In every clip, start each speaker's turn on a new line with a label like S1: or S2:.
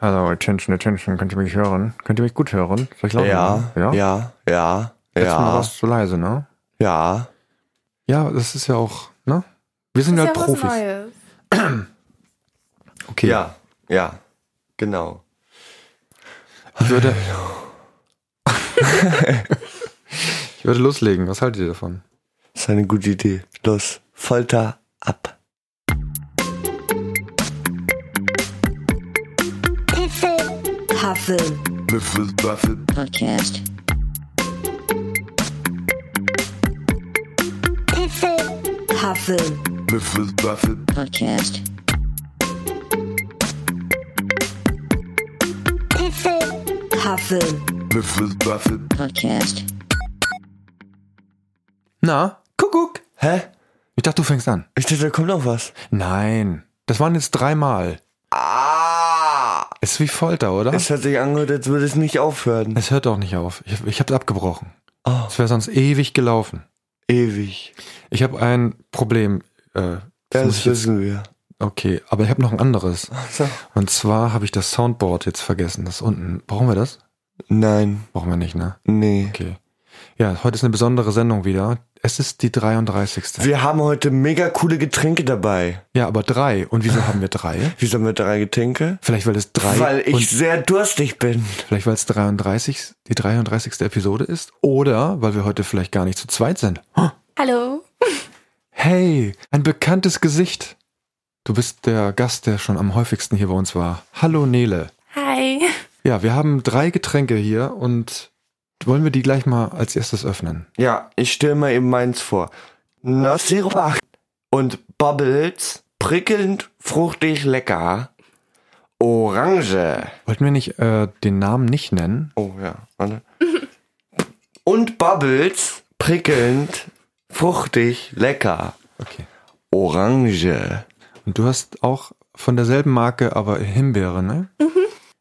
S1: Hallo, Also, attention, attention. Könnt ihr mich hören? Könnt ihr mich gut hören? Soll ich laut
S2: Ja,
S1: machen?
S2: ja, ja, ja,
S1: Letztes Mal war
S2: ja,
S1: es zu leise, ne?
S2: ja.
S1: Ja, das ist ja auch, ne? Wir sind ja,
S3: Das ist ja was
S1: Profis.
S3: Neues.
S1: Okay.
S2: ja, genau.
S1: Ich würde. ich würde loslegen. Was haltet ihr davon?
S2: Das ist eine gute Idee. Los, Folter ab.
S4: Huffle Podcast. Huffle Podcast. Huffle Podcast.
S1: Na, Kuckuck.
S2: Hä?
S1: Ich dachte, du fängst an.
S2: Ich dachte, da kommt noch was.
S1: Nein. Das waren jetzt dreimal.
S2: Ah!
S1: Ist wie Folter, oder?
S2: Es hat sich angehört, als würde es nicht aufhören.
S1: es hört auch nicht auf. Ich, ich hab's abgebrochen.
S2: Oh,
S1: Es wäre sonst ewig gelaufen.
S2: ewig.
S1: Ich habe ein Problem. Äh, das muss
S2: Das
S1: ich jetzt,
S2: wissen wir.
S1: okay, aber ich habe noch ein anderes.
S2: So.
S1: Und zwar habe ich das Soundboard jetzt vergessen. Das unten. Brauchen wir das?
S2: Nein,
S1: Brauchen wir nicht, ne?
S2: nee.
S1: Okay. Ja, heute ist eine besondere Sendung wieder. Es ist die 33.
S2: Wir haben heute mega coole Getränke dabei.
S1: ja, aber drei. Und wieso haben wir drei?
S2: Wieso haben wir drei Getränke?
S1: Vielleicht weil es drei
S2: Weil ich
S1: und
S2: sehr durstig bin.
S1: vielleicht weil es 33 die 33. Episode ist oder weil wir heute vielleicht gar nicht zu zweit sind.
S3: Hallo.
S1: Hey, ein bekanntes Gesicht. Du bist der Gast, der schon am häufigsten hier bei uns war. Hallo Nele.
S3: Hi.
S1: Ja, wir haben drei Getränke hier und wollen wir die gleich mal als erstes öffnen?
S2: Ja, ich stelle mal eben meins vor. Nusssirup 8 und Bubbles, prickelnd, fruchtig, lecker. Orange.
S1: Wollten wir nicht äh, den Namen nicht nennen?
S2: Oh ja, warte. Und Bubbles, prickelnd, fruchtig, lecker.
S1: Okay.
S2: Orange.
S1: Und du hast auch von derselben Marke, aber Himbeere, ne?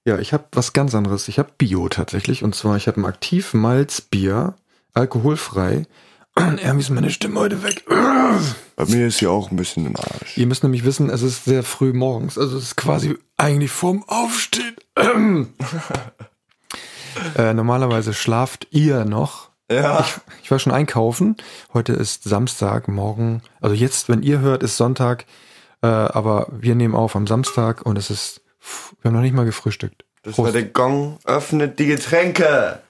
S1: Ja, ich habe was ganz anderes. Ich habe Bio tatsächlich. Und zwar, ich habe ein Aktiv-Malzbier, alkoholfrei. Und irgendwie ist meine Stimme heute weg.
S2: Bei mir ist sie auch ein bisschen im Arsch.
S1: Ihr müsst nämlich wissen, es ist sehr früh morgens. Also es ist quasi eigentlich vorm Aufstehen. äh, normalerweise schlaft ihr noch.
S2: Ja.
S1: Ich war schon einkaufen. Heute ist Samstag, morgen. Also jetzt, wenn ihr hört, ist Sonntag. Äh, aber wir nehmen auf am Samstag und es ist. Wir haben noch nicht mal gefrühstückt.
S2: Das war der Gong, öffnet die Getränke.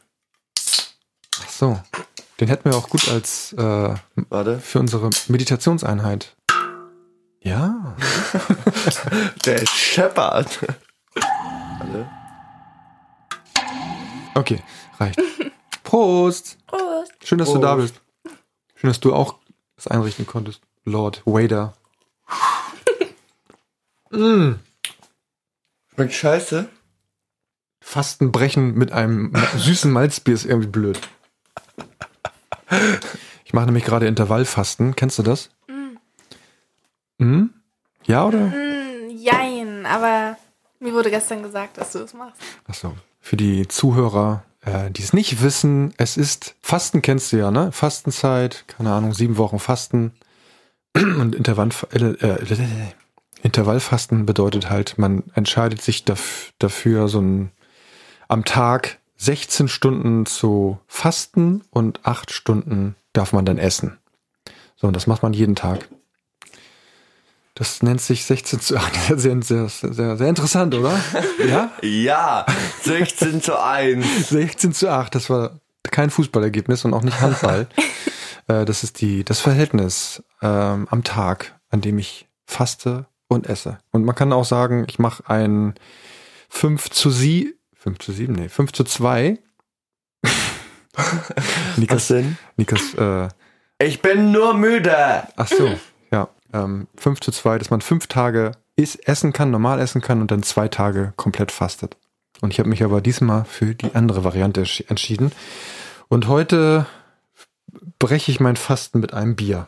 S1: Ach so. Den hätten wir auch gut als äh,
S2: Warte,
S1: für unsere Meditationseinheit. Ja.
S2: der scheppert.
S1: Okay, reicht. Prost!
S3: Prost.
S1: Schön, dass du
S2: Prost.
S1: da bist. Schön, dass du auch das einrichten konntest. Lord Wader. mm,
S2: Schmeckt scheiße.
S1: Fastenbrechen mit einem süßen Malzbier ist irgendwie blöd. Ich mache nämlich gerade Intervallfasten. Kennst du das? Mm? Ja oder?
S3: Hm, jein, aber mir wurde gestern gesagt, dass du es machst.
S1: Achso, für die Zuhörer, äh, die es nicht wissen, es ist Fasten kennst du ja, ne? Fastenzeit, keine Ahnung, sieben Wochen Fasten. Und Intervall, äh, äh, Intervallfasten bedeutet halt, man entscheidet sich daf dafür, so ein, am Tag 16 Stunden zu fasten und 8 Stunden darf man dann essen. So, und das macht man jeden Tag. Das nennt sich 16 zu 8. Sehr, sehr, sehr, sehr interessant, oder? Ja?
S2: Ja, 16 zu 1.
S1: 16 zu 8, das war kein Fußballergebnis und auch nicht Handball. äh, das ist die, das Verhältnis ähm, am Tag, an dem ich faste und esse. Und man kann auch sagen, ich mache ein 5 zu sie 5 zu 7, nee, 5 zu 2. Nikas,
S2: denn?
S1: Nikas, äh,
S2: Ich bin nur müde.
S1: ach so, ja, ähm, 5 zu 2, dass man fünf Tage is, essen kann, normal essen kann und dann zwei Tage komplett fastet. Und ich habe mich aber diesmal für die andere Variante entschi- entschieden. Und heute breche ich mein Fasten mit einem Bier.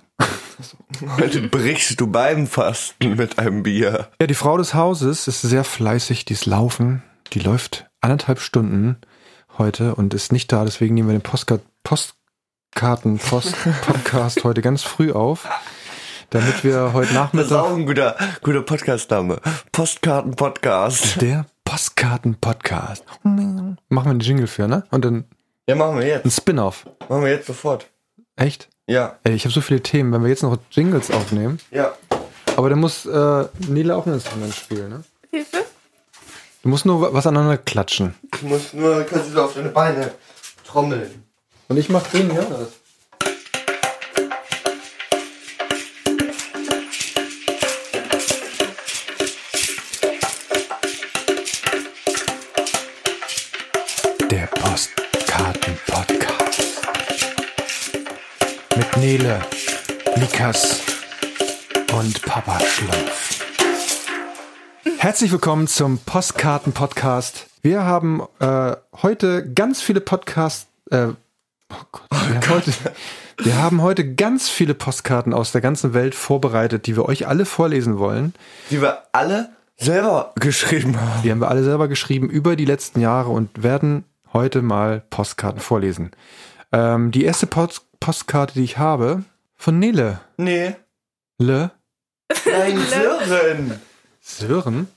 S2: Heute brichst du beim Fasten mit einem Bier.
S1: Ja, die Frau des Hauses ist sehr fleißig, die ist laufen. Die läuft anderthalb Stunden heute und ist nicht da. Deswegen nehmen wir den Postka Postkarten, Post Podcast heute ganz früh auf, damit wir heute
S2: Das ist
S1: Nachmittag
S2: auch ein guter, guter Podcast-Name. Postkarten-Podcast.
S1: der Postkarten-Podcast. Machen wir einen Jingle für, ne? Und dann
S2: Ja, machen wir
S1: ein
S2: jetzt.
S1: Spin-off.
S2: Machen wir jetzt sofort.
S1: Echt?
S2: Ja,
S1: Ey, ich habe so viele Themen. Wenn wir jetzt noch Jingles aufnehmen,
S2: ja.
S1: aber dann muss äh, Nele auch ein Instrument spielen, ne?
S3: Hilfe.
S1: Du musst nur wa- was aneinander klatschen.
S2: Du musst nur, kannst du so auf deine Beine trommeln.
S1: Und ich mach den hier. Das. Der Postkarten-Podcast. Mit Nele, Nikas und Papa Schlumpf. Herzlich willkommen zum Postkarten-Podcast. Wir haben äh, heute ganz viele Podcasts. Äh, Oh Gott. Wir, haben heute, wir haben heute ganz viele Postkarten aus der ganzen Welt vorbereitet, die wir euch alle vorlesen wollen.
S2: Die wir alle selber geschrieben haben.
S1: Die haben wir alle selber geschrieben über die letzten Jahre und werden heute mal Postkarten vorlesen. Ähm, die erste Post Postkarte, die ich habe, von Nele.
S2: Nee.
S1: Le
S2: Nein, Sören.
S1: Sören?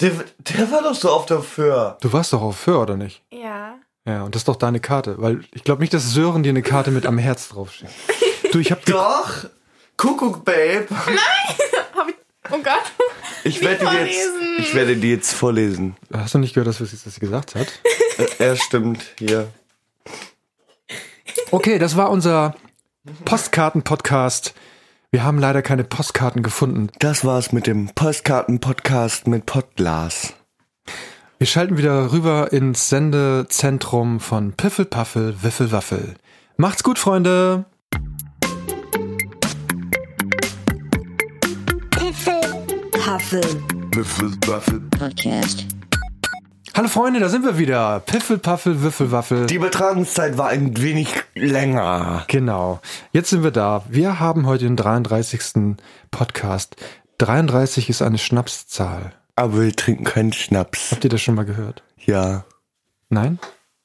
S2: Der, der war doch so oft dafür.
S1: Du warst doch auf Föhr, oder nicht?
S3: Ja.
S1: Ja, und das ist doch deine Karte, weil ich glaube nicht, dass Sören dir eine Karte mit am Herz draufsteht. Du, ich hab die,
S2: Doch. Kuckuck, Babe.
S3: Hab ich. Oh Gott.
S2: Ich werde
S3: Nicht
S2: die jetzt,
S3: vorlesen.
S2: ich werde die jetzt vorlesen.
S1: Hast du nicht gehört, dass was sie gesagt hat?
S2: Er stimmt hier.
S1: Okay, das war unser Postkarten-Podcast. Wir haben leider keine Postkarten gefunden.
S2: Das war's mit dem Postkarten-Podcast mit Podglas.
S1: Wir schalten wieder rüber ins Sendezentrum von Piffelpaffel, Wiffelwaffel. Macht's gut, Freunde!
S4: Puffel. Podcast.
S1: Hallo Freunde, da sind wir wieder. Piffelpaffel, Wiffelwaffel.
S2: Die Übertragungszeit war ein wenig länger.
S1: Genau. Jetzt sind wir da. Wir haben heute den 33. Podcast. 33 ist eine Schnapszahl.
S2: Aber wir trinken keinen Schnaps.
S1: Habt ihr das schon mal gehört?
S2: Ja.
S1: Nein?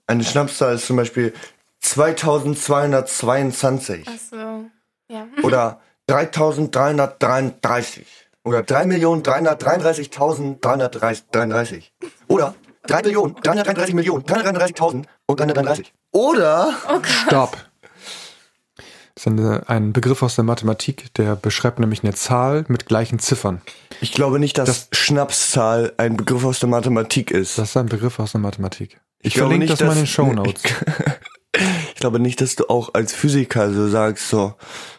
S2: Eine Schnapszahl ist zum Beispiel 2222
S3: Achso. Ja.
S2: oder 3333 oder 3.333.333 oder 3.333.333.000 und 333. Oder
S1: Stopp. Das ist eine, ein Begriff aus der Mathematik, der beschreibt nämlich eine Zahl mit gleichen Ziffern.
S2: ich glaube nicht, dass Schnapszahl ein Begriff aus der Mathematik ist.
S1: Das ist ein Begriff aus der Mathematik. Ich,
S2: glaube
S1: verlinke
S2: nicht,
S1: das mal in den
S2: dass-
S1: Show Notes.
S2: Ich glaube nicht, dass du auch als Physiker so sagst, so,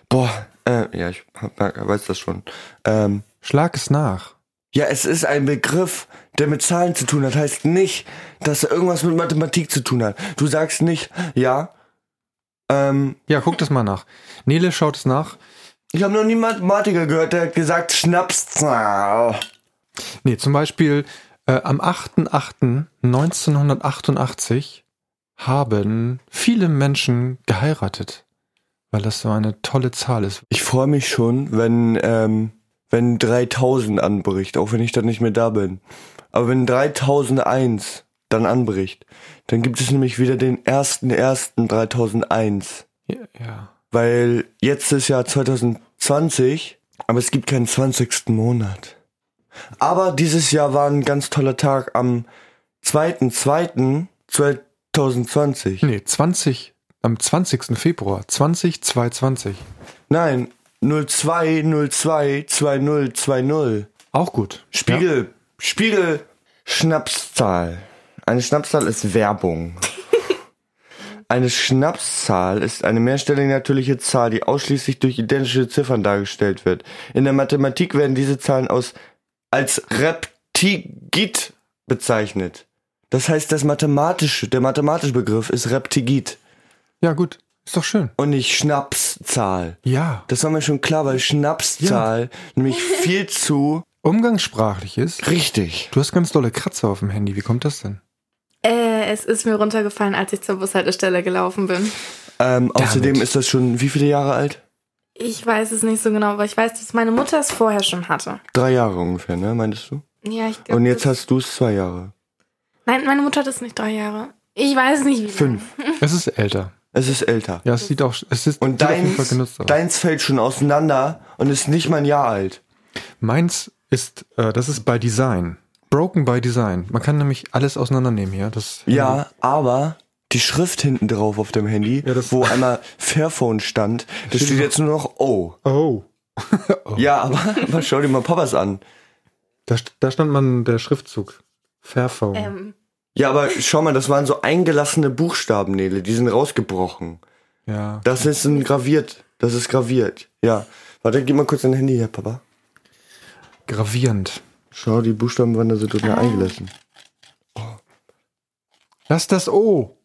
S2: boah, äh, ja, ich hab- weiß das schon. Ähm,
S1: Schlag es nach.
S2: ja, es ist ein Begriff, der mit Zahlen zu tun hat. Heißt nicht, dass er irgendwas mit Mathematik zu tun hat. Du sagst nicht, ja, ähm,
S1: Ja, guck das mal nach. Nele schaut es nach.
S2: ich habe noch nie einen Mathematiker gehört, der hat gesagt, Schnapszahl.
S1: Nee, zum Beispiel äh, am 8.8.1988 haben viele Menschen geheiratet, weil das so eine tolle Zahl ist.
S2: Ich freue mich schon, wenn, ähm, wenn 3000 anbricht, auch wenn ich dann nicht mehr da bin. Aber wenn 3001 dann anbricht, dann gibt es nämlich wieder den 1.1.3001.
S1: Ja.
S2: Weil jetzt ist ja 2020, aber es gibt keinen 20. Monat. Aber dieses Jahr war ein ganz toller Tag am 2.2.2020.
S1: Nee, 20, am 20. Februar, 20, 220.
S2: Nein, 0202 2020.
S1: Auch gut.
S2: Spiegel, Spiegel, Schnapszahl. Eine Schnapszahl ist Werbung. Eine Schnapszahl ist eine mehrstellige natürliche Zahl, die ausschließlich durch identische Ziffern dargestellt wird. In der Mathematik werden diese Zahlen aus, als Reptigit bezeichnet. Das heißt, das mathematische, der mathematische Begriff ist Reptigit
S1: Ja. ja, gut. Ist doch schön.
S2: und nicht Schnapszahl.
S1: Ja.
S2: Das war mir schon klar, weil Schnapszahl nämlich viel zu
S1: Umgangssprachlich ist.
S2: richtig.
S1: Du hast ganz dolle Kratzer auf dem Handy. Wie kommt das denn?
S3: Äh, es ist mir runtergefallen, als ich zur Bushaltestelle gelaufen bin.
S2: Ähm, außerdem
S1: Damit.
S2: ist das schon wie viele Jahre alt?
S3: Ich weiß es nicht so genau, aber ich weiß, dass meine Mutter es vorher schon hatte.
S2: Drei Jahre ungefähr, ne? Meintest du?
S3: Ja, ich glaub,
S2: Und jetzt
S3: das-
S2: hast du es zwei Jahre.
S3: Nein, meine Mutter hat es nicht drei Jahre. Ich weiß nicht, wie.
S2: Fünf.
S1: Es ist älter.
S2: Es ist älter.
S1: Ja, es sieht auch. Es ist
S2: Und
S1: sieht auf jeden Fall
S2: deins,
S1: genutzt aus.
S2: deins fällt schon auseinander und ist nicht mal ein Jahr alt.
S1: Meins ist, äh, das ist bei Design. Broken by Design. Man kann nämlich alles auseinandernehmen hier. Das
S2: Ja, aber die Schrift hinten drauf auf dem Handy,
S1: Ja, das-
S2: wo einmal Fairphone stand, das steht jetzt nur noch O.
S1: Oh.
S2: Ja, aber, aber schau dir mal Papas an.
S1: Da, st- da stand man der Schriftzug. Fairphone.
S3: Ähm,
S2: Ja, aber schau mal, das waren so eingelassene Buchstaben, Nele, die sind rausgebrochen.
S1: ja.
S2: Das ist ein graviert, das ist graviert. Ja, warte, gib mal kurz dein Handy her, Papa.
S1: Gravierend.
S2: Schau, die Buchstaben waren da so
S3: Ah.
S2: total eingelassen.
S1: Lass das O.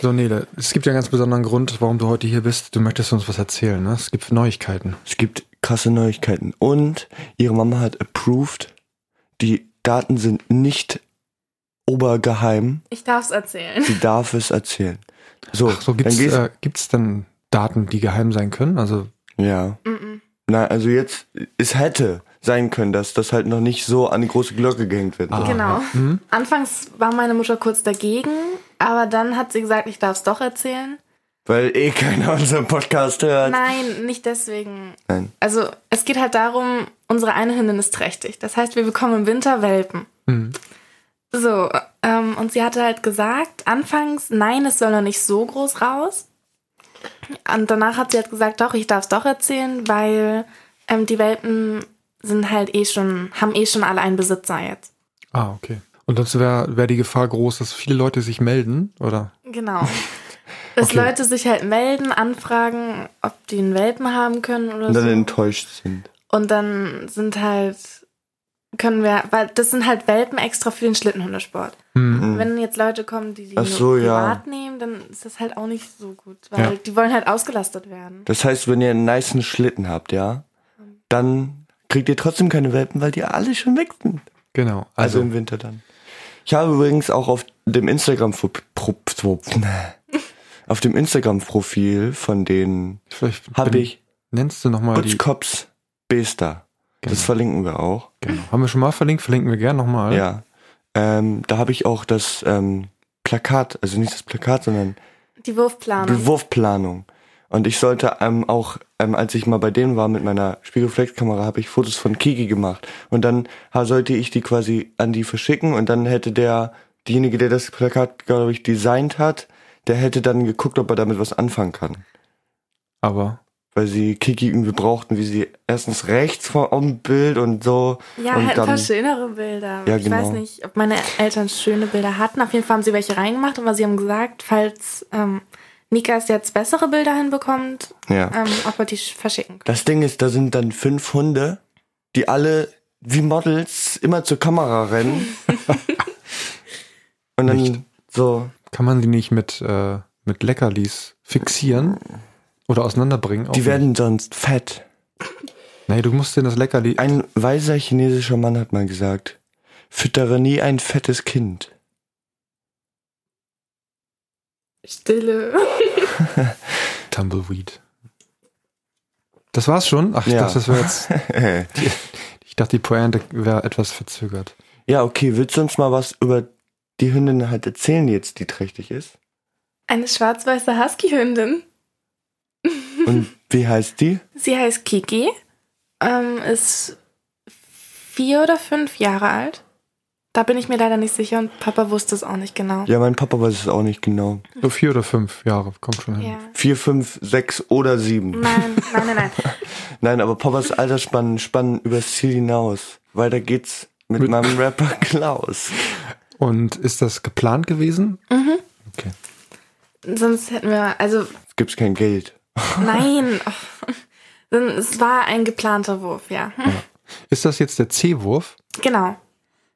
S1: So, Nele, es gibt ja einen ganz besonderen Grund, warum du heute hier bist. Du möchtest uns was erzählen, ne? Es gibt Neuigkeiten.
S2: Es gibt krasse Neuigkeiten. Und ihre Mama hat approved, die Daten sind nicht obergeheim.
S3: ich darf es erzählen.
S2: Sie darf es erzählen. So,
S1: Ach so, gibt's,
S2: dann gehst
S1: äh, gibt's denn Daten, die geheim sein können? Also,
S2: Ja. Nein, also jetzt, es hätte sein können, dass das halt noch nicht so an die große Glocke gehängt wird.
S1: Ah.
S3: Genau.
S2: Hm?
S1: Mhm.
S3: Anfangs war meine Mutter kurz dagegen, aber dann hat sie gesagt, ich darf es doch erzählen.
S2: Weil eh keiner unseren Podcast hört.
S3: Nein, nicht deswegen.
S2: Nein.
S3: Also es geht halt darum, unsere eine Hündin ist trächtig. Das heißt, wir bekommen im Winter Welpen.
S2: Hm.
S1: mhm.
S3: So, ähm, und sie hatte halt gesagt, anfangs, nein, es soll noch nicht so groß raus. Und danach hat sie halt gesagt, doch, ich darf es doch erzählen, weil ähm, die Welpen sind halt eh schon, haben eh schon alle einen Besitzer jetzt.
S1: ah, okay. Und sonst wäre wär die Gefahr groß, dass viele Leute sich melden, oder?
S3: Genau. Dass
S1: Okay.
S3: Leute sich halt melden, anfragen, ob die einen Welpen haben können oder
S2: Und dann
S3: so.
S2: enttäuscht sind.
S3: Und dann sind halt, können wir, weil das sind halt Welpen extra für den Schlittenhundesport.
S1: Mhm.
S3: Wenn jetzt Leute kommen, die die
S2: Ach so,
S3: nur
S2: ja.
S3: privat nehmen, dann ist das halt auch nicht so gut, weil
S1: Ja.
S3: die wollen halt ausgelastet werden.
S2: Das heißt, wenn ihr einen niceen Schlitten habt, ja, dann kriegt ihr trotzdem keine Welpen, weil die alle schon weg sind.
S1: Genau.
S2: Also
S1: Also,
S2: im Winter dann. Ich habe übrigens auch auf dem Instagram Pro- Pro- Pro- auf dem Instagram Profil von denen
S1: vielleicht
S2: habe
S1: bin-
S2: ich
S1: Nennst du nochmal die.
S2: Butzkops Bester. Das verlinken wir auch.
S1: Genau. Haben wir schon mal verlinkt, verlinken wir gern nochmal.
S2: Ja. Ähm, da habe ich auch das ähm, Plakat, also nicht das Plakat, sondern
S3: Die Wurfplanung.
S2: die Wurfplanung. Und ich sollte ähm, auch, ähm, als ich mal bei denen war mit meiner Spiegelreflexkamera, habe ich Fotos von Kiki gemacht. Und dann ha, sollte ich die quasi an die verschicken und dann hätte der, derjenige, der das Plakat, glaube ich, designt hat, der hätte dann geguckt, ob er damit was anfangen kann.
S1: Aber.
S2: Weil sie Kiki irgendwie brauchten, wie sie erstens rechts vom Bild und so.
S3: ja,
S2: und
S3: halt ein paar schönere Bilder.
S2: Ja,
S3: Ich weiß
S2: genau.
S3: nicht, ob meine Eltern schöne Bilder hatten. Auf jeden Fall haben sie welche reingemacht, aber sie haben gesagt, falls ähm, Nikas jetzt bessere Bilder hinbekommt,
S2: ja.
S3: ähm, ob er die sch- verschicken kann.
S2: Das Ding ist, da sind dann fünf Hunde, die alle wie Models immer zur Kamera rennen. und dann
S1: Nicht.
S2: so,
S1: Kann man die nicht mit, äh, mit Leckerlis fixieren? Oder auseinanderbringen? Auch
S2: die werden sonst fett.
S1: nicht. Nee, du musst denn das Leckerli.
S2: Ein weiser chinesischer Mann hat mal gesagt, füttere nie ein fettes Kind.
S3: Stille.
S1: Tumbleweed. Das war's schon? Ach, ich
S2: Ja.
S1: dachte, das wäre jetzt. Ich dachte, die Pointe wäre etwas verzögert.
S2: ja, okay, willst du uns mal was über die Hündin halt erzählen jetzt, die trächtig ist?
S3: Eine schwarz-weiße Husky-Hündin.
S2: Und wie heißt die?
S3: Sie heißt Kiki, ähm, ist vier oder fünf Jahre alt. Da bin ich mir leider nicht sicher und Papa wusste es auch nicht genau.
S2: Ja, mein Papa weiß es auch nicht genau.
S1: So vier oder fünf Jahre, kommt schon hin.
S3: Ja.
S2: Vier, fünf, sechs oder sieben.
S3: Nein, nein, nein, nein.
S2: Nein, aber Papas Altersspannen spannen übers Ziel hinaus. Weiter geht's mit,
S1: Mit-
S2: meinem Rapper Klaus.
S1: Und ist das geplant gewesen?
S3: Mhm.
S1: Okay.
S3: Sonst hätten wir, also
S2: Jetzt gibt's kein Geld.
S3: nein. Oh. Dann- Es war ein geplanter Wurf, ja.
S1: Ist das jetzt der C-Wurf?
S3: Genau.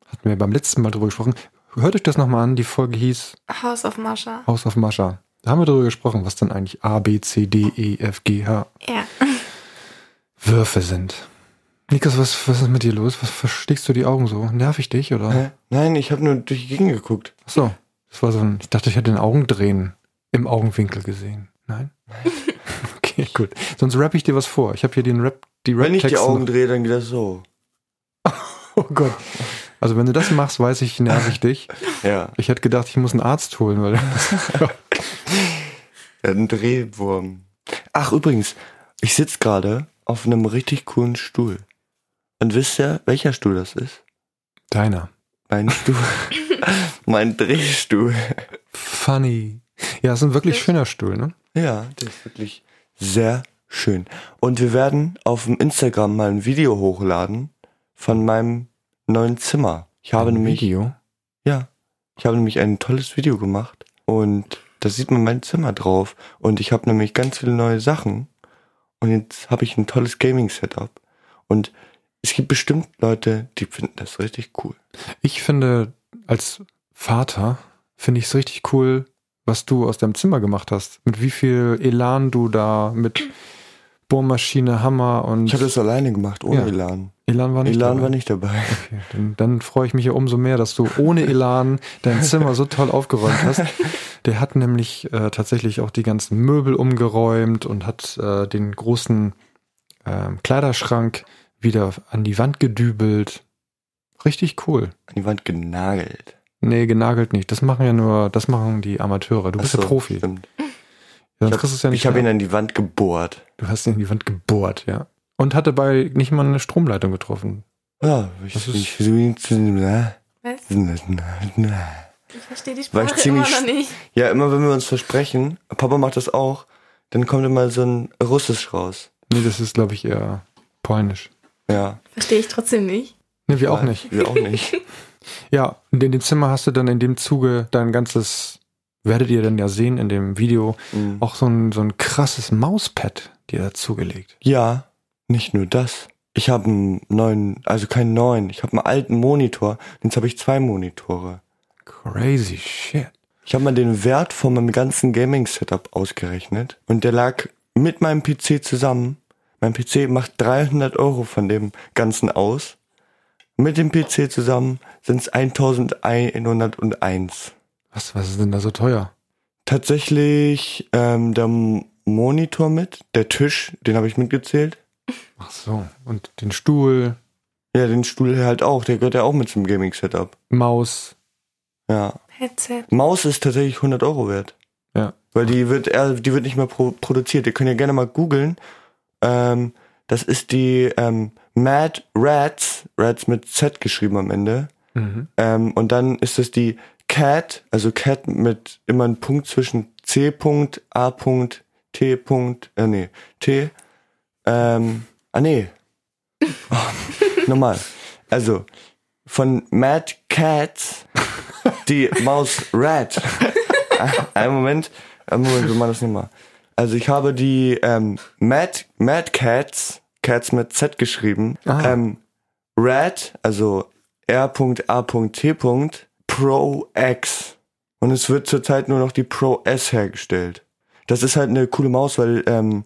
S1: Hatten wir beim letzten Mal drüber gesprochen. Hört euch das nochmal an. Die Folge hieß
S3: House of Mascha.
S1: Haus auf Mascha. Da haben wir drüber gesprochen, was dann eigentlich A, B, C, D, E, F, G, H
S3: Ja.
S1: Würfe sind. Niklas, was, was ist mit dir los? Was verschlägst du die Augen so? Nerv ich dich oder?
S2: Hä? Nein, ich habe nur durch die Gegend geguckt.
S1: Ach so. Das war so ein, ich dachte, ich hätte den Augendrehen im Augenwinkel gesehen. Nein? Okay, gut. Sonst rapp ich dir was vor. Ich habe hier den Rap, die rap
S2: Wenn ich die Augen drehe, dann geht das so.
S1: Oh Gott. Also wenn du das machst, weiß ich, nerv ich dich.
S2: Ja,
S1: Ich hätte gedacht, ich muss einen Arzt holen, weil
S2: ja ein Drehwurm. Ach, übrigens, ich sitz gerade auf einem richtig coolen Stuhl. Und wisst ihr, welcher Stuhl das ist?
S1: Deiner.
S2: Mein Stuhl. mein Drehstuhl.
S1: Funny. Ja, ist ein wirklich schöner Stuhl, ne?
S2: Ja, der ist wirklich sehr schön. Und wir werden auf dem Instagram mal ein Video hochladen von meinem neuen Zimmer. Ich habe
S1: Ein
S2: nämlich,
S1: Video.
S2: ja, ich habe nämlich ein tolles Video gemacht und da sieht man mein Zimmer drauf und ich habe nämlich ganz viele neue Sachen und jetzt habe ich ein tolles Gaming Setup und es gibt bestimmt Leute, die finden das richtig cool.
S1: Ich finde, als Vater finde ich es richtig cool, was du aus deinem Zimmer gemacht hast. Mit wie viel Elan du da mit Bohrmaschine, Hammer und
S2: Ich habe das alleine gemacht, ohne
S1: Ja.
S2: Elan.
S1: Elan war nicht
S2: Elan
S1: dabei.
S2: war nicht dabei.
S1: Okay, dann, dann freue ich mich ja umso mehr, dass du ohne Elan dein Zimmer so toll aufgeräumt hast. Der hat nämlich äh, tatsächlich auch die ganzen Möbel umgeräumt und hat äh, den großen ähm, Kleiderschrank wieder an die Wand gedübelt. Richtig cool.
S2: An die Wand genagelt.
S1: Nee, genagelt nicht. Das machen ja nur, das machen die Amateure. Du bist
S2: Ach
S1: ja
S2: so,
S1: Profi.
S2: Stimmt.
S1: Sonst
S2: Ich hab-
S1: kriegst du es ja nicht
S2: ich habe
S1: hin.
S2: ihn an die Wand gebohrt.
S1: Du hast ihn in die Wand gebohrt, ja. Und hatte bei nicht mal eine Stromleitung getroffen.
S2: Ja, ich,
S1: Das
S2: ich,
S1: ist-
S2: ich, ich,
S3: Was? Ich verstehe die
S2: War ich
S3: Sprache
S2: ziemlich
S3: immer noch
S2: sch-
S3: nicht.
S2: Ja, immer wenn wir uns versprechen, Papa macht das auch, dann kommt immer so ein Russisch raus.
S1: Nee, das ist, glaube ich, eher polnisch.
S2: Ja.
S3: Verstehe ich trotzdem nicht.
S1: Nee, wir auch
S2: Ja,
S1: nicht.
S2: Wir auch nicht.
S1: Ja, und in dem Zimmer hast du dann in dem Zuge dein ganzes, werdet ihr dann ja sehen in dem Video,
S2: Mhm.
S1: auch so ein, so ein krasses Mauspad dir dazugelegt.
S2: ja, nicht nur das. Ich habe einen neuen, also keinen neuen, ich habe einen alten Monitor, jetzt habe ich zwei Monitore.
S1: Crazy shit.
S2: Ich habe mal den Wert von meinem ganzen Gaming-Setup ausgerechnet und der lag mit meinem PC zusammen. Mein PC macht 300 Euro von dem Ganzen aus. Mit dem PC zusammen sind es 1101.
S1: Was, was ist denn da so teuer?
S2: Tatsächlich ähm, der M- Monitor mit, der Tisch, den habe ich mitgezählt.
S1: Ach so. Und den Stuhl,
S2: Ja, den Stuhl halt auch, der gehört ja auch mit zum Gaming-Setup.
S1: Maus.
S2: Ja.
S3: Headset.
S2: Maus ist tatsächlich 100 Euro wert.
S1: Ja.
S2: Weil die wird eher, die wird nicht mehr pro produziert. Ihr könnt ja gerne mal googeln. Ähm, das ist die ähm, Mad Rats, Rats mit Z geschrieben am Ende.
S1: Mhm.
S2: Ähm, und dann ist es die Cat, also Cat mit immer einem Punkt zwischen C. Punkt, A. Punkt, T. Punkt, äh, nee, T. Ähm, ah, nee. Oh, nochmal. Also, von Mad Cats, die Maus Rat. Ein Moment, einen Moment, wir machen das nochmal. Also, ich habe die ähm, Mad, Mad Cats, Cats mit Z geschrieben,
S1: Ah.
S2: ähm, Rat, also R.A.T. Pro X. Und es wird zurzeit nur noch die Pro S hergestellt. Das ist halt eine coole Maus, weil ähm,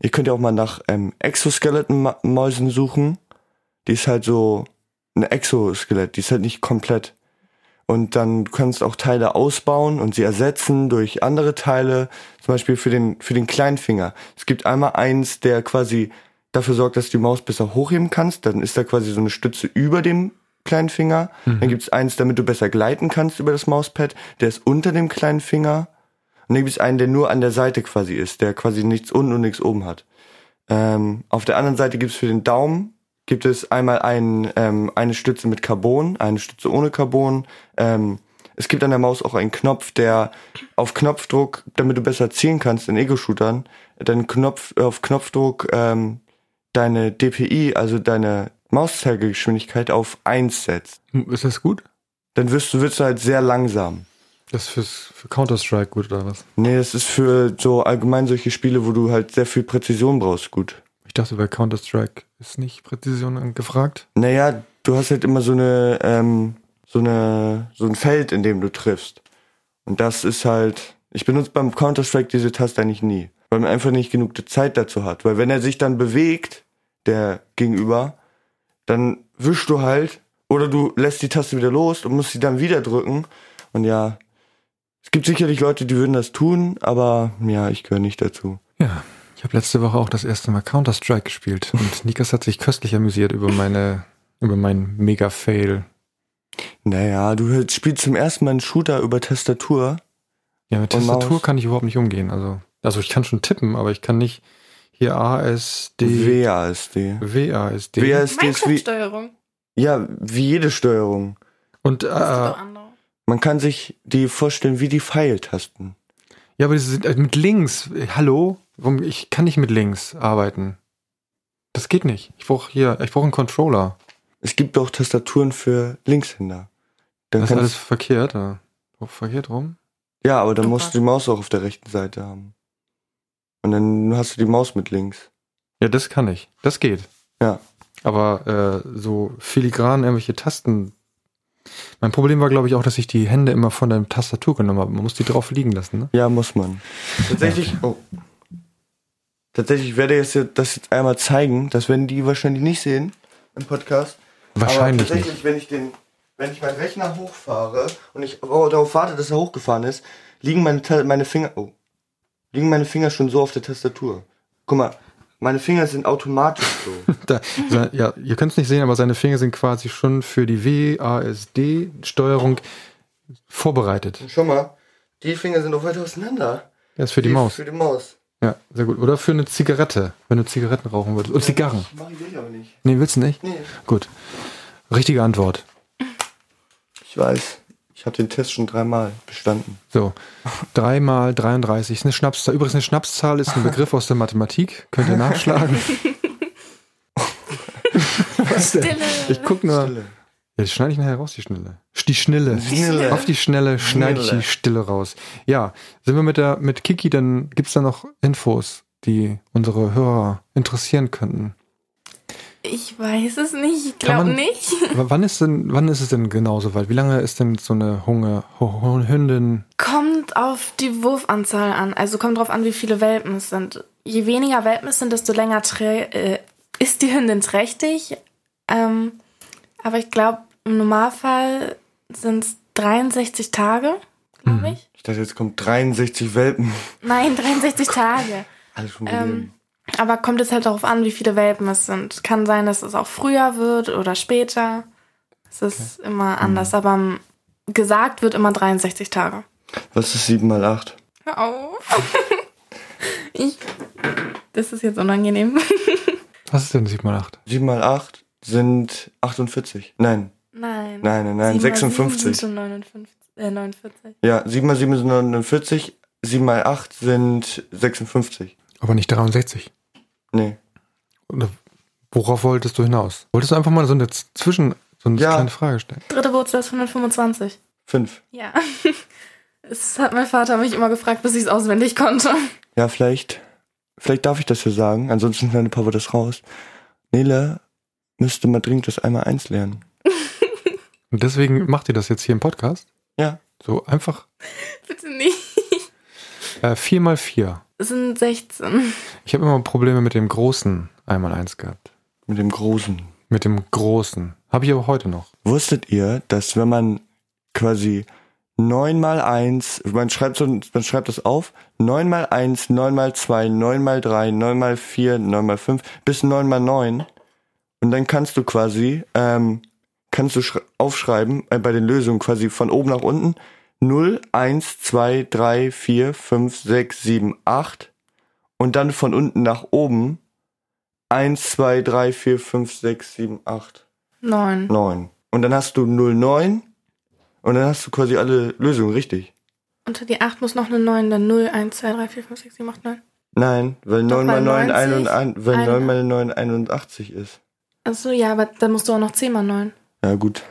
S2: ihr könnt ja auch mal nach ähm, Exoskeleton-Mäusen suchen. Die ist halt so ein Exoskelett, die ist halt nicht komplett. Und dann du kannst auch Teile ausbauen und sie ersetzen durch andere Teile, zum Beispiel für den, für den Kleinfinger. Es gibt einmal eins, der quasi dafür sorgt, dass du die Maus besser hochheben kannst. Dann ist da quasi so eine Stütze über dem Kleinfinger. Dann gibt es eins, damit du besser gleiten kannst über das Mauspad. Der ist unter dem kleinen Finger. Und dann gibt es einen, der nur an der Seite quasi ist, der quasi nichts unten und nichts oben hat. Ähm, auf der anderen Seite gibt es für den Daumen gibt es einmal einen, ähm, eine Stütze mit Carbon, eine Stütze ohne Carbon. Ähm, es gibt an der Maus auch einen Knopf, der auf Knopfdruck, damit du besser zielen kannst in Ego-Shootern, dann Knopf, äh, auf Knopfdruck ähm, deine DPI, also deine Mauszeigegeschwindigkeit auf 1 setzt.
S1: Ist das gut?
S2: Dann wirst du, wirst du halt sehr langsam.
S1: Das ist fürs, für Counter-Strike gut oder was?
S2: Nee, das ist für so allgemein solche Spiele, wo du halt sehr viel Präzision brauchst, gut.
S1: Ich dachte, bei Counter-Strike ist nicht Präzision gefragt.
S2: Naja, du hast halt immer so eine, ähm, so eine, so ein Feld, in dem du triffst. Und das ist halt, ich benutze beim Counter-Strike diese Taste eigentlich nie, weil man einfach nicht genug Zeit dazu hat. Weil wenn er sich dann bewegt, der Gegenüber, dann wischst du halt oder du lässt die Taste wieder los und musst sie dann wieder drücken. Und ja, es gibt sicherlich Leute, die würden das tun, aber ja, ich gehöre nicht dazu.
S1: Ja, ich habe letzte Woche auch das erste Mal Counter-Strike gespielt und Nikas hat sich köstlich amüsiert über meine, über meinen Mega-Fail.
S2: Naja, du hör- spielst zum ersten Mal einen Shooter über Tastatur.
S1: Ja, mit
S2: Und
S1: Tastatur
S2: Maus.
S1: kann ich überhaupt nicht umgehen. Also, also ich kann schon tippen, aber ich kann nicht hier A, S, D,
S2: WASD.
S1: W, A, S, D.
S2: WASD ist wie,
S3: Minecraft-Steuerung.
S2: Ja, wie jede Steuerung.
S1: Und äh,
S3: Das
S1: ja,
S2: Ah.
S3: ist doch andere.
S2: Man kann sich die vorstellen wie die Pfeiltasten.
S1: aber das ist, äh, mit links. äh, Hallo, Warum- ich kann nicht mit links arbeiten. Das geht nicht. Ich brauche hier, ich brauche einen Controller.
S2: Es gibt auch Tastaturen für Linkshänder.
S1: Das
S2: Dann
S1: ist
S2: kannst-
S1: alles verkehrt. äh, oh, Verkehrt rum.
S2: ja, aber dann
S3: Oh
S2: musst du die Maus auch auf der rechten Seite haben. Und dann hast du die Maus mit links.
S1: Ja, das kann ich. Das geht.
S2: Ja.
S1: Aber äh, so filigran irgendwelche Tasten. Mein Problem war, glaube ich, auch, dass ich die Hände immer von der Tastatur genommen habe. Man muss die drauf liegen lassen, ne?
S2: Ja, muss man. Tatsächlich, oh. Tatsächlich werde ich jetzt hier- das jetzt einmal zeigen. Das werden die wahrscheinlich nicht sehen im Podcast.
S1: Wahrscheinlich
S2: Aber tatsächlich, wenn ich den, wenn ich meinen Rechner hochfahre und ich oh, darauf warte, dass er hochgefahren ist, liegen meine, Ta- meine Finger, oh, liegen meine Finger schon so auf der Tastatur. Guck mal, meine Finger sind automatisch so.
S1: Da, se- ja, ihr könnt es nicht sehen, aber seine Finger sind quasi schon für die WASD-Steuerung vorbereitet.
S2: Schau mal, die Finger sind auch weit auseinander.
S1: Das ist für die Maus.
S2: Für die Maus.
S1: Ja, sehr gut. Oder für eine Zigarette, wenn du Zigaretten rauchen würdest. Und Zigarren.
S2: Mach ich will ich aber nicht.
S1: Nee, willst du nicht?
S2: Nee.
S1: Gut. Richtige Antwort.
S2: Ich weiß. Ich habe den Test schon dreimal bestanden.
S1: So, 3 mal 33 ist eine Schnapszahl. Übrigens, eine Schnapszahl ist ein Begriff aus der Mathematik. Könnt ihr nachschlagen. Was denn? Ich guck nur. Ja, das schneide ich nachher raus, die Schnelle. Die Schnelle.
S2: Schnelle.
S1: Auf die Schnelle schneide ich die
S2: Schnelle.
S1: Stille raus. Ja, sind wir mit der mit Kiki, dann gibt's da noch Infos, die unsere Hörer interessieren könnten.
S3: Ich weiß es nicht. Ich
S1: Kann
S3: glaube
S1: man-
S3: nicht.
S1: Aber wann ist denn, wann ist es denn genau soweit? Wie lange ist denn so eine Hunger, Ho- Ho- Hündin?
S3: Kommt auf die Wurfanzahl an. Also kommt drauf an, wie viele Welpen es sind. Je weniger Welpen es sind, desto länger trä- äh, ist die Hündin trächtig. Ähm, aber ich glaube, im Normalfall sind es 63 Tage, glaube ich.
S2: Ich dachte, jetzt kommt 63 Welpen.
S3: Nein, 63 Tage.
S2: Alle schon
S3: Ähm, aber kommt es halt darauf an, wie viele Welpen es sind. Kann sein, dass es auch früher wird oder später. Es ist immer anders. Aber ähm, gesagt wird immer 63 Tage.
S2: Was ist 7 mal 8?
S3: Hör auf. Ich. Das ist jetzt unangenehm.
S1: Was ist denn 7 mal 8?
S2: 7 mal 8 sind 48. Nein,
S3: Nein.
S2: nein, nein, nein,
S3: Sieben mal sieben
S2: 56.
S3: Sind schon 59, äh, 49.
S2: Ja, 7 mal 7 sind 49, 7 mal 8 sind 56.
S1: Aber nicht 63.
S2: Nee.
S1: Oder worauf wolltest du hinaus? Wolltest du einfach mal so eine Z- Zwischen, so eine
S2: Ja.
S1: kleine Frage stellen?
S3: Dritte Wurzel ist 125.
S2: 5.
S3: Ja. Es hat mein Vater mich immer gefragt, bis ich es auswendig konnte.
S2: Ja, vielleicht, vielleicht darf ich das ja sagen, ansonsten schneidet Papa das raus. Nele müsste mal dringend das einmal eins lernen.
S1: Und deswegen macht ihr das jetzt hier im Podcast?
S2: Ja.
S1: So einfach
S3: Bitte nicht.
S1: äh, 4 mal 4.
S3: Es sind 16.
S1: Ich habe immer Probleme mit dem großen 1 mal 1 gehabt.
S2: Mit dem Großen.
S1: Mit dem großen. Habe ich aber heute noch.
S2: Wusstet ihr, dass wenn man quasi 9 mal 1, man schreibt, so, man schreibt das auf, 9 mal 1, 9 mal 2, 9 mal 3, 9 mal 4, 9 mal 5 bis 9 mal 9 und dann kannst du quasi, ähm, kannst du schra- aufschreiben äh, bei den Lösungen quasi von oben nach unten 0, 1, 2, 3, 4, 5, 6, 7, 8 und dann von unten nach oben 1, 2, 3, 4, 5, 6, 7, 8.
S3: 9.
S2: 9. Und dann hast du 09 und dann hast du quasi alle Lösungen richtig.
S3: Unter die 8 muss noch eine 9, dann 0, 1, 2, 3, 4, 5, 6, 7, 8, 9.
S2: Nein, weil
S3: Doch,
S2: 9 mal
S3: weil
S2: 9,
S3: 90,
S2: 81, weil
S3: ein-
S2: 9 mal 9 81 ist.
S3: Achso, ja, aber dann musst du auch noch 10 mal 9.
S2: Ja gut.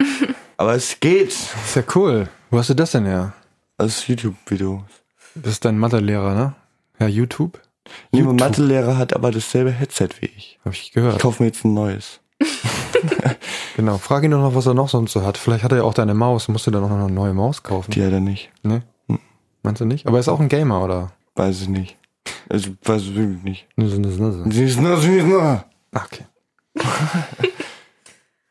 S2: Aber es geht.
S1: Ist ja cool. Wo hast du das denn her?
S2: Das YouTube-Video.
S1: Das ist dein Mathelehrer, ne? Ja, YouTube?
S2: Liebe Mathelehrer hat aber dasselbe Headset wie ich.
S1: Habe ich
S2: Ich
S1: gehört.
S2: kaufe mir jetzt ein neues.
S1: Genau. Frag ihn doch noch, was er noch sonst so hat. Vielleicht hat er ja auch deine Maus. Musst du dann auch noch eine neue Maus kaufen?
S2: Die hat er nicht.
S1: Nee? Meinst du nicht? Aber er ist auch ein Gamer, oder?
S2: Weiß ich nicht. Also weiß ich wirklich nicht.
S1: Nüsse, nüsse, nüsse.
S2: Sie ist nur, sie ist nur.
S1: Ah, Okay.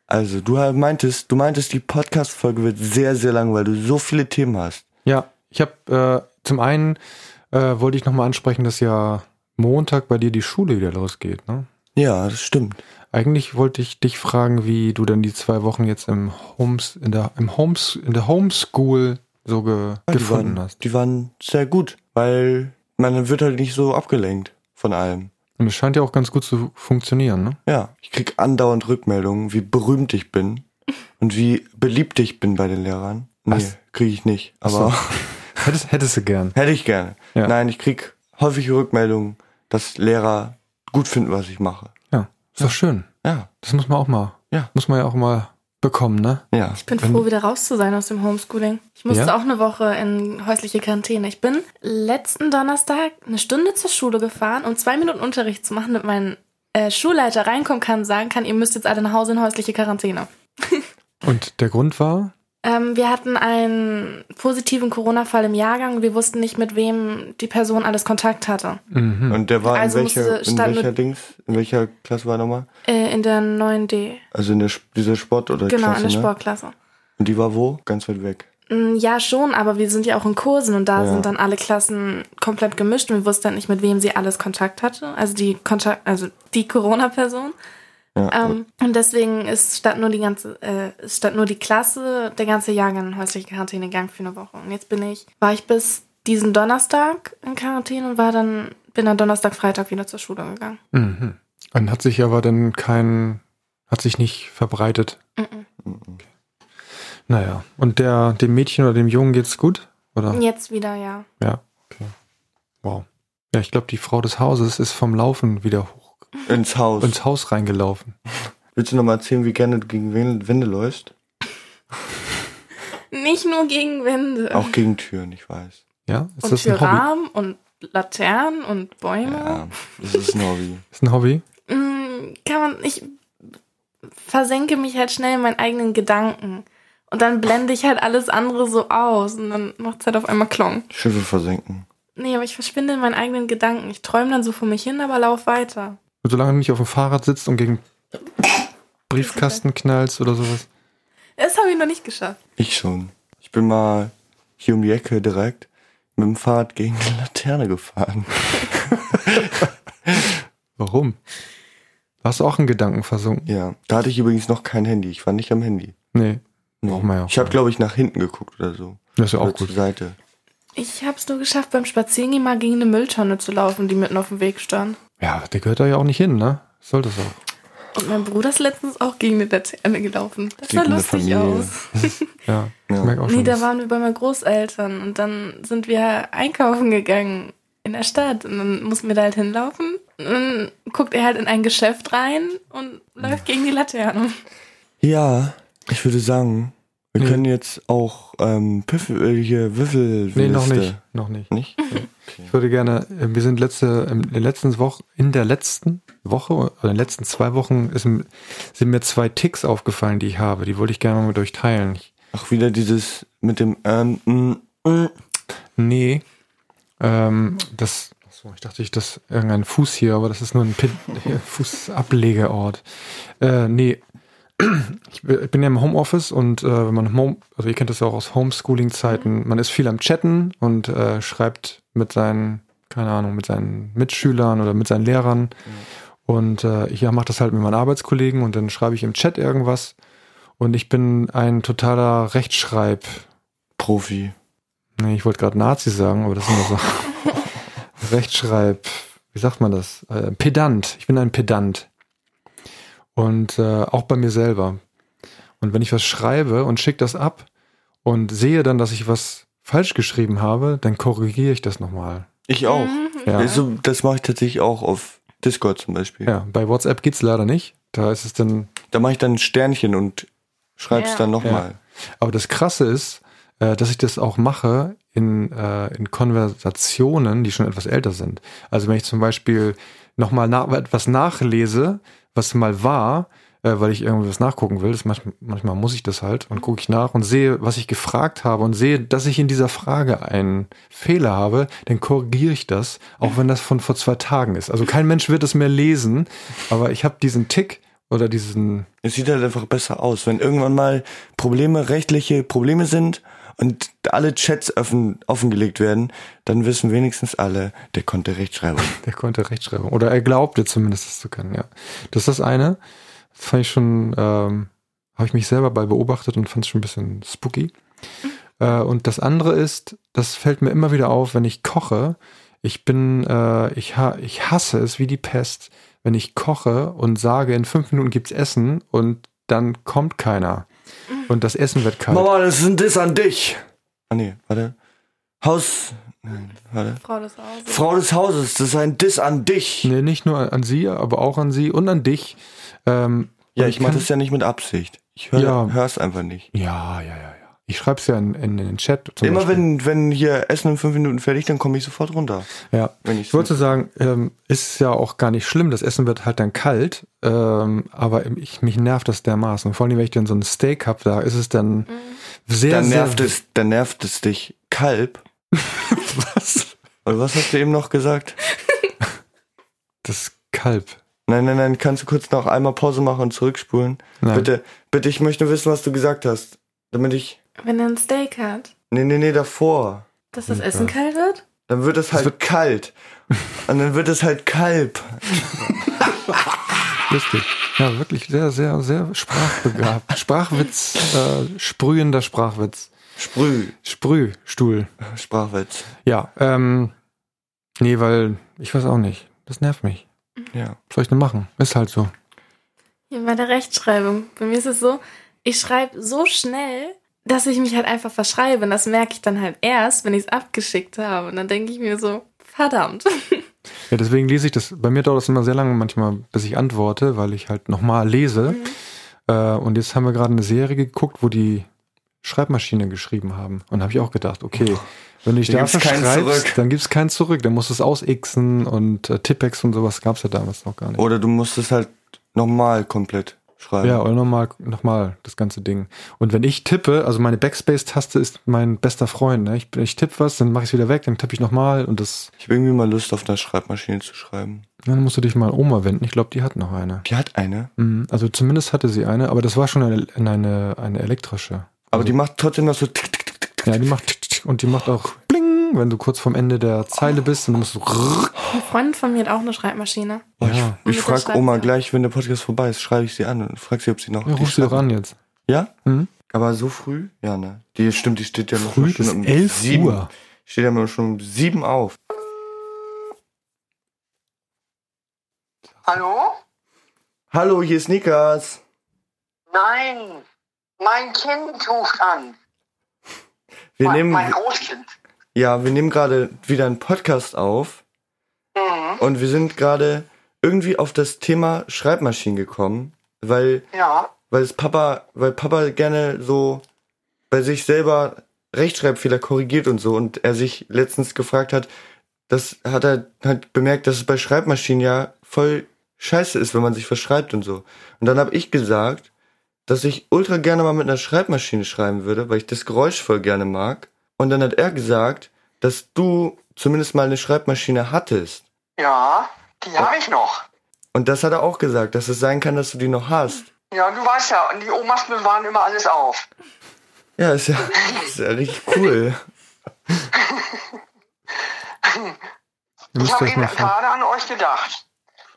S2: Also, du meintest, du meintest, die Podcast-Folge wird sehr, sehr lang, weil du so viele Themen hast.
S1: Ja, ich habe äh, zum einen äh, wollte ich nochmal ansprechen, dass ja Montag bei dir die Schule wieder losgeht, ne?
S2: Ja, das stimmt.
S1: Eigentlich wollte ich dich fragen, wie du denn die zwei Wochen jetzt im Homes, in der, im Homes, in der Homeschool so ge,
S2: Ah, die
S1: gefunden
S2: waren,
S1: hast.
S2: Die waren sehr gut, weil man wird halt nicht so abgelenkt von allem.
S1: Und es scheint ja auch ganz gut zu funktionieren, ne?
S2: Ja, ich krieg andauernd Rückmeldungen, wie berühmt ich bin. und wie beliebt ich bin bei den Lehrern. Nee,
S1: Was?
S2: kriege ich nicht. Aber
S1: Hättest, hättest du gern.
S2: hätte ich gerne.
S1: Ja.
S2: Nein, ich krieg häufig Rückmeldungen, dass Lehrer gut finden, was ich mache.
S1: Ja, ist doch schön.
S2: Ja,
S1: Das muss man auch mal.
S2: Ja.
S1: Muss man ja auch mal bekommen, ne?
S2: ja.
S3: Ich bin froh, wieder raus zu sein aus dem Homeschooling. Ich musste
S1: Ja?
S3: auch eine Woche in häusliche Quarantäne. Ich bin letzten Donnerstag eine Stunde zur Schule gefahren, um zwei Minuten Unterricht zu machen, damit mein äh, Schulleiter reinkommen kann und sagen kann, ihr müsst jetzt alle nach Hause in häusliche Quarantäne.
S1: Und der Grund war,
S3: Ähm, wir hatten einen positiven Corona-Fall im Jahrgang und wir wussten nicht, mit wem die Person alles Kontakt hatte.
S1: mhm.
S2: Und der war
S3: Also
S2: in
S3: musste-
S2: welcher, in
S3: stand
S2: welcher
S3: mit-
S2: Dings, in welcher Klasse war er nochmal?
S3: Äh, in der 9D.
S2: Also in der Sp- dieser Sport oder
S3: Genau,
S2: Klasse,
S3: in der
S2: ne?
S3: Sportklasse.
S2: Und die war wo? Ganz weit weg.
S3: Mm, Ja, schon, aber wir sind ja auch in Kursen und da
S2: Ja.
S3: sind dann alle Klassen komplett gemischt und wir wussten halt nicht, mit wem sie alles Kontakt hatte. Also die Kontakt, also die Corona-Person.
S2: Ja,
S3: Ähm, und deswegen ist statt nur die ganze, äh, ist statt nur die Klasse, der ganze Jahrgang in häusliche Quarantäne gegangen für eine Woche. Und jetzt bin ich, war ich bis diesen Donnerstag in Quarantäne und war dann, bin dann Donnerstag, Freitag wieder zur Schule gegangen.
S1: Mhm. Und hat sich aber dann kein, hat sich nicht verbreitet.
S3: Mhm.
S1: Naja. Und der, dem Mädchen oder dem Jungen geht's gut? Oder?
S3: Jetzt wieder, ja.
S1: Ja, okay. Wow. Ja, ich glaube, die Frau des Hauses ist vom Laufen wieder hoch
S2: Ins Haus.
S1: ins Haus reingelaufen.
S2: Willst du nochmal erzählen, wie gerne du gegen Win- Wände läufst?
S3: Nicht nur gegen Wände.
S2: Auch gegen Türen, ich weiß.
S1: Ja, ist
S3: und
S1: das ein
S3: für
S1: Hobby?
S3: Rahmen und Laternen und Bäume.
S2: Ja, das ist ein Hobby.
S1: Ist ein Hobby?
S3: Mm, kann man, ich versenke mich halt schnell in meinen eigenen Gedanken. Und dann blende ich halt alles andere so aus und dann macht's halt auf einmal Klong.
S2: Schiffe versenken.
S3: Nee, aber ich verschwinde in meinen eigenen Gedanken. Ich träume dann so vor mich hin, aber lauf weiter.
S1: Und solange du nicht auf dem Fahrrad sitzt und gegen Briefkasten knallst oder sowas.
S3: Das habe ich noch nicht geschafft.
S2: Ich schon. Ich bin mal hier um die Ecke direkt mit dem Fahrrad gegen eine Laterne gefahren.
S1: Warum? Warst du auch in Gedanken versunken?
S2: Ja, da hatte ich übrigens noch kein Handy. Ich war nicht am Handy.
S1: Nee.
S2: Nee.
S1: Braucht man ja auch
S2: ich habe, glaube ich, nach hinten geguckt oder so.
S1: Das ist ja auch
S2: oder
S1: gut.
S2: Zur Seite.
S3: Ich habe es nur geschafft, beim Spazierengehen mal gegen eine Mülltonne zu laufen, die mitten auf dem Weg stand.
S1: Ja, der gehört da ja auch nicht hin, ne? Soll das auch.
S3: Und mein Bruder ist letztens auch gegen eine Laterne gelaufen. Das sah
S2: Liebende
S3: lustig
S2: Familie.
S3: aus.
S1: Ja,
S2: Ja.
S1: ich merke auch schon.
S3: Nee, da
S1: dass-
S3: waren wir bei meinen Großeltern und dann sind wir einkaufen gegangen in der Stadt und dann mussten wir da halt hinlaufen. Und dann guckt er halt in ein Geschäft rein und läuft gegen die Laterne.
S2: Ja, ich würde sagen, wir
S1: Nee.
S2: können jetzt auch ähm, Piffel, äh, hier Würfel.
S1: nee noch
S2: Liste.
S1: nicht. Noch nicht.
S2: Nicht?
S1: Ich würde gerne, äh, wir sind letzte, in der letzten Woche, in der letzten Woche oder in den letzten zwei Wochen ist, m- sind mir zwei Ticks aufgefallen, die ich habe. Die wollte ich gerne mal mit euch teilen. Ich,
S2: Auch wieder dieses mit dem ähm, mm, mm.
S1: nee, ähm, das, achso, ich dachte, ich das irgendein Fuß hier, aber das ist nur ein Pin, hier, Fußablegeort. Äh, nee, ich bi- ich bin ja im Homeoffice und äh, wenn man Home, also ihr kennt das ja auch aus Homeschooling-Zeiten, man ist viel am Chatten und äh, schreibt mit seinen, keine Ahnung, mit seinen Mitschülern oder mit seinen Lehrern. Und äh, ich mache das halt mit meinen Arbeitskollegen und dann schreibe ich im Chat irgendwas. Und ich bin ein totaler Rechtschreib,
S2: Profi.
S1: Nee, ich wollte gerade Nazi sagen, aber das ist immer so. Rechtschreib, wie sagt man das? Äh, Pedant. Ich bin ein Pedant. Und äh, auch bei mir selber. Und wenn ich was schreibe und schicke das ab und sehe dann, dass ich was falsch geschrieben habe, dann korrigiere ich das nochmal.
S2: Ich auch.
S1: Ja.
S2: Also, das mache ich tatsächlich auch auf Discord zum Beispiel.
S1: Ja, bei WhatsApp geht's leider nicht. Da ist es dann
S2: Da mache ich dann ein Sternchen und schreib's
S3: Ja.
S2: dann nochmal.
S1: Aber das Krasse ist, äh, dass ich das auch mache in, äh, in Konversationen, die schon etwas älter sind. Also wenn ich zum Beispiel nochmal nach, etwas nachlese, was mal war, äh, weil ich irgendwas nachgucken will, das manchmal, manchmal muss ich das halt, und gucke ich nach und sehe, was ich gefragt habe und sehe, dass ich in dieser Frage einen Fehler habe, dann korrigiere ich das, auch wenn das von vor zwei Tagen ist. Also kein Mensch wird es mehr lesen, aber ich habe diesen Tick oder diesen,
S2: Es sieht halt einfach besser aus. Wenn irgendwann mal Probleme, rechtliche Probleme sind und alle Chats offen, offengelegt werden, dann wissen wenigstens alle, der konnte Rechtschreibung.
S1: Der konnte Rechtschreibung. Oder er glaubte zumindest, das zu können, ja. Das ist das eine. Das fand ich schon, ähm, habe ich mich selber bei beobachtet und fand es schon ein bisschen spooky. Äh, und das andere ist, das fällt mir immer wieder auf, wenn ich koche. Ich bin, äh, ich, ha ich hasse es wie die Pest, wenn ich koche und sage, in fünf Minuten gibt's Essen und dann kommt keiner. Und das Essen wird kalt.
S2: Mama, das ist ein Diss an dich. Ah nee, warte. Haus. Nein, warte.
S3: Frau des Hauses.
S2: Frau des Hauses, das ist ein Diss an dich.
S1: Nee, nicht nur an sie, aber auch an sie und an dich. Ähm,
S2: Ja,
S1: und
S2: ich mache
S1: kann-
S2: das ja nicht mit Absicht. Ich höre
S1: Ja.
S2: hör's einfach nicht.
S1: Ja, ja, ja, ja. Ich schreib's ja in, in, in den Chat. zum
S2: Immer
S1: Beispiel.
S2: wenn, wenn hier Essen in fünf Minuten fertig, dann komme ich sofort runter.
S1: Ja.
S2: Wenn ich's
S1: Ich wollte sagen, ähm, ist ja auch gar nicht schlimm. Das Essen wird halt dann kalt, ähm, aber ich, mich nervt das dermaßen. Und vor allem, wenn ich dann so ein Steak hab, da ist es dann sehr,
S2: dann
S1: sehr
S2: nervt es, dann nervt es dich. Kalb.
S1: Was?
S2: Oder was hast du eben noch gesagt?
S1: Das Kalb.
S2: Nein, nein, nein, kannst du kurz noch einmal Pause machen und zurückspulen?
S1: Nein.
S2: Bitte, bitte, ich möchte wissen, was du gesagt hast. Damit ich.
S3: Wenn er ein Steak hat,
S2: Nee, nee, nee, davor.
S3: dass das Essen kalt wird?
S2: Dann wird es halt kalt. und dann wird es halt Kalb.
S1: Lustig. Ja, wirklich sehr, sehr, sehr sprachbegabt. Sprachwitz, äh, sprühender Sprachwitz.
S2: Sprüh.
S1: Sprühstuhl.
S2: Sprachwitz.
S1: Ja, ähm, nee, weil ich weiß auch nicht. Das nervt mich.
S2: Ja.
S1: Was soll ich denn machen? Ist halt so.
S3: Ja, bei der Rechtschreibung. Bei mir ist es so, ich schreibe so schnell, dass ich mich halt einfach verschreibe. Und das merke ich dann halt erst, wenn ich es abgeschickt habe. Und dann denke ich mir so, verdammt.
S1: Ja, deswegen lese ich das. Bei mir dauert das immer sehr lange manchmal, bis ich antworte, weil ich halt nochmal lese.
S2: Mhm.
S1: Äh, und jetzt haben wir gerade eine Serie geguckt, wo die Schreibmaschine geschrieben haben. Und habe ich auch gedacht, okay, wenn du dich da
S2: Dann gibt's keinen zurück.
S1: verschreibst, dann gibt's keinen zurück. Dann musst du es ausixen und äh, Tippex und sowas gab's ja damals noch gar nicht.
S2: Oder du musst es halt nochmal komplett schreiben.
S1: Ja, und nochmal noch mal das ganze Ding. Und wenn ich tippe, also meine Backspace-Taste ist mein bester Freund. Ne? Ich, ich tippe was, dann mache ich es wieder weg, dann tippe ich nochmal und das.
S2: Ich habe irgendwie mal Lust, auf einer Schreibmaschine zu schreiben.
S1: Dann musst du dich mal an Oma wenden. Ich glaube, die hat noch eine.
S2: Die hat eine,
S1: Mhm, Also zumindest hatte sie eine, aber das war schon eine, eine, eine elektrische.
S2: aber die macht trotzdem noch so tick, tick, tick, tick, tick.
S1: Ja, die macht tick, tick, und die macht auch bling, wenn du kurz vorm Ende der Zeile bist und du musst so rrrr.
S3: Eine Freundin von mir hat auch eine Schreibmaschine.
S2: Oh,
S1: Ja.
S2: Ich, ich
S3: Mit der
S2: frag
S3: Schreib-
S2: Oma
S3: ja.
S2: gleich, wenn der Podcast vorbei ist, schreibe ich sie an und frag sie, ob sie noch.
S1: ja,
S2: die
S1: ruf sie doch
S2: Schreib-
S1: an jetzt.
S2: Ja?
S1: Mhm.
S2: Aber so früh? Ja, ne. Die stimmt, die steht ja noch
S1: Früh bis 11
S2: sieben.
S1: Uhr.
S2: Steht ja mal schon um sieben auf.
S5: Hallo?
S2: Hallo, hier ist Nikas.
S5: Nein, mein Kind ruft an.
S2: Wir
S5: mein,
S2: nehmen,
S5: mein Großkind.
S2: ja, wir nehmen gerade wieder einen Podcast auf
S5: Mhm.
S2: und wir sind gerade irgendwie auf das Thema Schreibmaschinen gekommen, weil
S5: Ja,
S2: weil es Papa, weil Papa gerne so bei sich selber Rechtschreibfehler korrigiert und so und er sich letztens gefragt hat, das hat er hat bemerkt, dass es bei Schreibmaschinen ja voll scheiße ist, wenn man sich verschreibt und so. Und dann habe ich gesagt, dass ich ultra gerne mal mit einer Schreibmaschine schreiben würde, weil ich das Geräusch voll gerne mag. Und dann hat er gesagt, dass du zumindest mal eine Schreibmaschine hattest.
S5: ja, die habe ich noch.
S2: Und das hat er auch gesagt, dass es sein kann, dass du die noch hast.
S5: Ja, du weißt ja, und die Omas bewahren immer alles auf.
S2: Ja, ist ja, ist ja richtig cool.
S1: Ihr
S5: Ich
S1: müsst
S5: habe
S1: euch mal fragen.
S5: gerade an euch gedacht.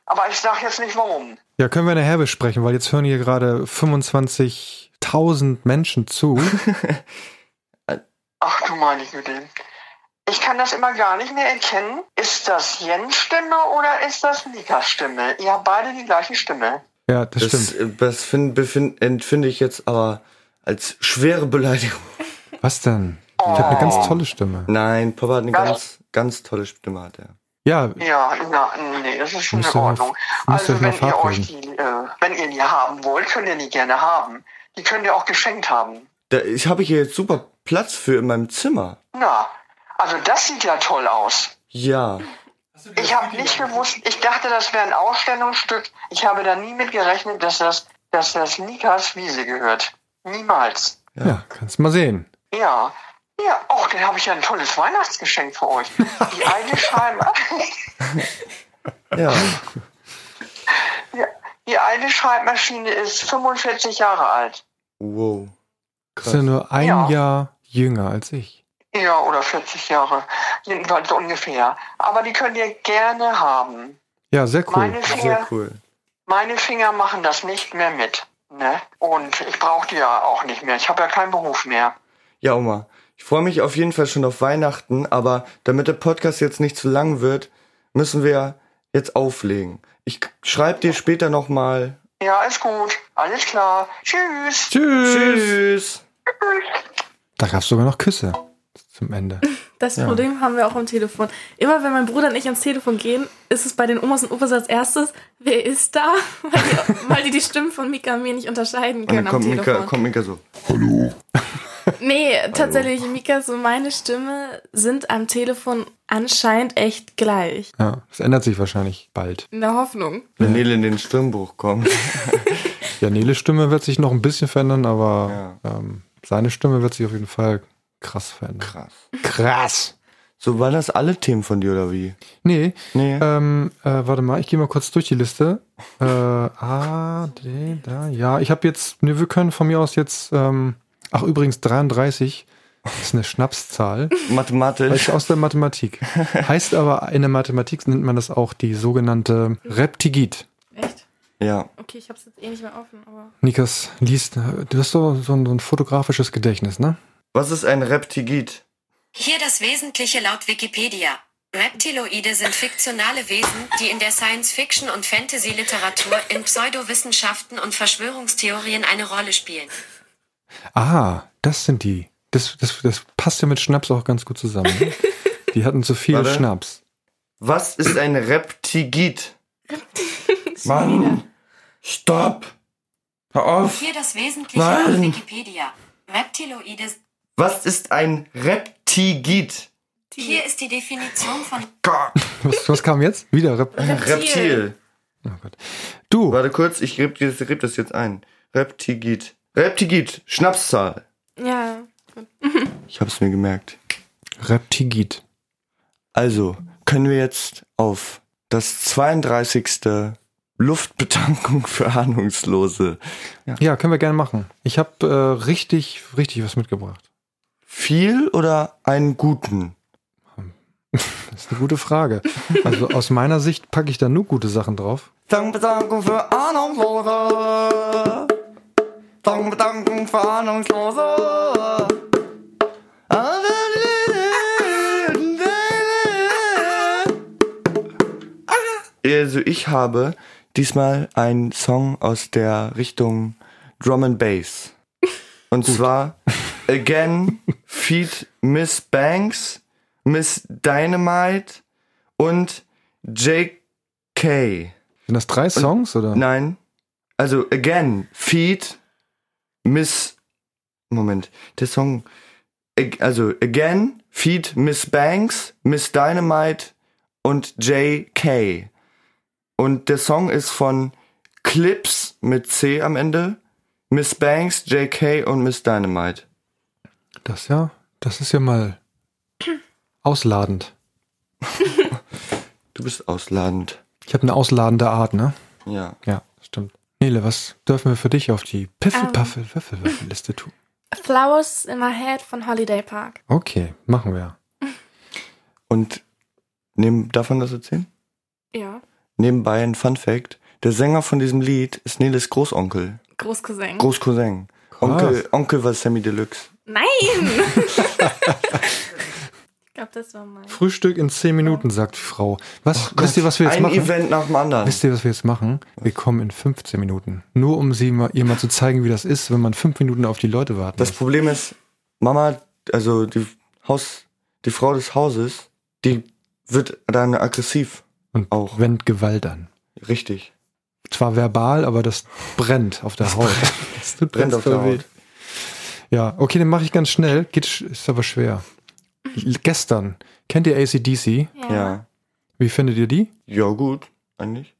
S5: Aber ich sage jetzt nicht warum.
S1: Ja, können wir nachher besprechen, weil jetzt hören hier gerade 25.000 Menschen zu.
S5: Ach du meine Güte. Ich kann das immer gar nicht mehr erkennen. Ist das Jens Stimme oder ist das Nikas Stimme? Ihr habt beide die gleiche Stimme.
S1: Ja, das,
S2: Das,
S1: stimmt.
S2: äh, das find, befin- empfinde ich jetzt aber als schwere Beleidigung.
S1: Was denn? Ich habe eine ganz tolle Stimme.
S2: Nein, Papa hat eine
S5: Ja.
S2: ganz, ganz tolle Stimme, hat er.
S1: Ja,
S5: Ja, na, nee, das ist schon
S1: Müsst
S5: in
S1: ihr mal-
S5: Ordnung.
S1: müsst ihr
S5: Also
S1: euch mal
S5: wenn ihr euch
S1: verabreden.
S5: die, äh, wenn ihr die haben wollt, könnt ihr die gerne haben. Die könnt ihr auch geschenkt haben.
S2: Da, ich habe hier jetzt super Platz für in meinem Zimmer.
S5: Na, also das sieht ja toll aus.
S2: Ja,
S5: Ich habe nicht gewusst, ich dachte, das wäre ein Ausstellungsstück. Ich habe da nie mit gerechnet, dass das, dass das Nikas Wiese gehört. Niemals.
S1: ja, kannst mal sehen.
S5: Ja. Ja, auch dann habe ich ja ein tolles Weihnachtsgeschenk für euch. Die alte Scheibe.
S2: ja.
S5: Ja, die eine Schreibmaschine ist 45 Jahre alt.
S2: Wow.
S1: Du bist ja nur ein
S5: Ja.
S1: Jahr jünger als ich.
S5: Ja, oder 40 Jahre. Jedenfalls ungefähr. Aber die könnt ihr gerne haben.
S1: Ja, sehr cool.
S5: Meine
S2: Sehr
S5: Finger,
S2: cool.
S5: meine Finger machen das nicht mehr mit. Ne? Und ich brauche die ja auch nicht mehr. Ich habe ja keinen Beruf mehr.
S2: Ja, Oma. Ich freue mich auf jeden Fall schon auf Weihnachten, aber damit der Podcast jetzt nicht zu lang wird, müssen wir jetzt auflegen. Ich schreibe dir später nochmal
S5: Ja, ist gut. Alles klar. Tschüss.
S1: Tschüss.
S2: Tschüss.
S1: Da gab es sogar noch Küsse zum Ende.
S3: Das Problem haben wir auch am Telefon. Immer wenn mein Bruder und ich ans Telefon gehen, ist es bei den Omas und Opas als erstes, wer ist da? Weil die, weil die die Stimmen von Mika und mir nicht unterscheiden
S2: Und dann
S3: können am
S2: kommt Mika,
S3: Genau, Telefon.
S2: kommt Mika so.
S3: Nee, tatsächlich, Mikas und meine Stimme sind am Telefon anscheinend echt gleich.
S1: Ja, das ändert sich wahrscheinlich bald.
S3: In der Hoffnung.
S2: Wenn Nele in den Stirnbruch kommt.
S1: Ja, Neles Stimme wird sich noch ein bisschen verändern, aber ähm, seine Stimme wird sich auf jeden Fall krass verändern.
S2: Krass.
S1: Krass!
S2: So waren das alle Themen von dir oder wie?
S1: Nee,
S2: Nee.
S1: ähm, äh, warte mal, ich gehe mal kurz durch die Liste. Äh, A, D, da, ja, ich habe jetzt, ne, wir können von mir aus jetzt, ähm, ach übrigens 33 ist eine Schnapszahl.
S2: Mathematisch.
S1: Ist aus der Mathematik. Heißt aber, in der Mathematik nennt man das auch die sogenannte Reptigit.
S3: Echt?
S2: Ja.
S3: Okay, ich hab's jetzt eh nicht mehr offen, aber.
S1: Nikas liest, äh, du hast doch so ein, so ein fotografisches Gedächtnis, ne?
S2: Was ist ein Reptigit?
S6: Hier das Wesentliche laut Wikipedia. Reptiloide sind fiktionale Wesen, die in der Science-Fiction- und Fantasy-Literatur, in Pseudowissenschaften und Verschwörungstheorien eine Rolle spielen.
S1: Ah, das sind die. Das, das, das passt ja mit Schnaps auch ganz gut zusammen. ne? Die hatten zu viel
S2: Warte.
S1: Schnaps.
S2: Was ist ein Reptigit? Mann! Stopp! Hör auf!
S6: Hier das Wesentliche laut
S2: Nein.
S6: Wikipedia. Reptiloide.
S2: Was ist ein Reptigit?
S6: Hier ist die Definition von
S2: Gott.
S1: Was, was kam jetzt? Wieder Rep
S2: Reptil.
S1: oh Gott. Du,
S2: Warte kurz, ich gebe das, geb das jetzt ein. Reptigit. Reptigit, Schnapszahl.
S3: Ja.
S2: Ich hab's mir gemerkt.
S1: Reptigit.
S2: Also, können wir jetzt auf das 32. Luftbetankung für Ahnungslose.
S1: Ja, können wir gerne machen. Ich habe äh, richtig, richtig was mitgebracht.
S2: Viel oder einen guten?
S1: Das ist eine gute Frage. Also aus meiner Sicht packe ich da nur gute Sachen drauf.
S2: Tankbetankung für Ahnungslose. Tankbetankung für Ahnungslose. Also ich habe diesmal einen Song aus der Richtung Drum and Bass. Und zwar Again Feed Miss Banks, Miss Dynamite und J.K.
S1: Sind das drei Songs oder?
S2: Nein. Also, again, feed, miss. Moment, der Song. Ag- Also, again, feed, Miss Banks, Miss Dynamite und J.K. Und der Song ist von Clips mit C am Ende, Miss Banks, J.K. und Miss Dynamite.
S1: Das ja, das ist ja mal ausladend.
S2: Du bist ausladend.
S1: Ich habe eine ausladende Art, ne?
S2: Ja.
S1: Ja, stimmt. Nele, was dürfen wir für dich auf die
S3: Ähm.
S1: Piffel-Paffel-Würfel-Liste tun?
S3: Flowers in my head von Holiday Park.
S1: Okay, machen wir.
S2: Und nehm, darf man das erzählen?
S3: Ja.
S2: Nebenbei ein Fun Fact. Der Sänger von diesem Lied ist Neles Großonkel.
S3: Großgesang.
S2: Mhm. Großcousin. Onkel, Onkel war Sammy Deluxe.
S3: Nein! ich glaube, das war mein.
S1: Frühstück in zehn Minuten, sagt die Frau. Was, wisst ihr, was wir jetzt
S2: Oh Ein
S1: machen?
S2: Event nach dem anderen.
S1: Wisst ihr, was wir jetzt machen? Wir kommen in 15 Minuten. Nur um sie mal, ihr mal zu zeigen, wie das ist, wenn man fünf Minuten auf die Leute warten
S2: das
S1: muss.
S2: Problem ist, Mama, also die Haus, die Frau des Hauses, die wird dann aggressiv.
S1: Und
S2: auch.
S1: wendet Gewalt an.
S2: Richtig.
S1: Zwar verbal, aber das brennt auf der Haut. Das tut
S2: Brennt
S1: ganz
S2: auf der
S1: doll weh.
S2: Haut.
S1: Ja, okay, dann mache ich ganz schnell. Geht, sch- ist aber schwer. L- Gestern. Kennt ihr ACDC?
S2: Ja. ja.
S1: Wie findet ihr die?
S2: gut, eigentlich.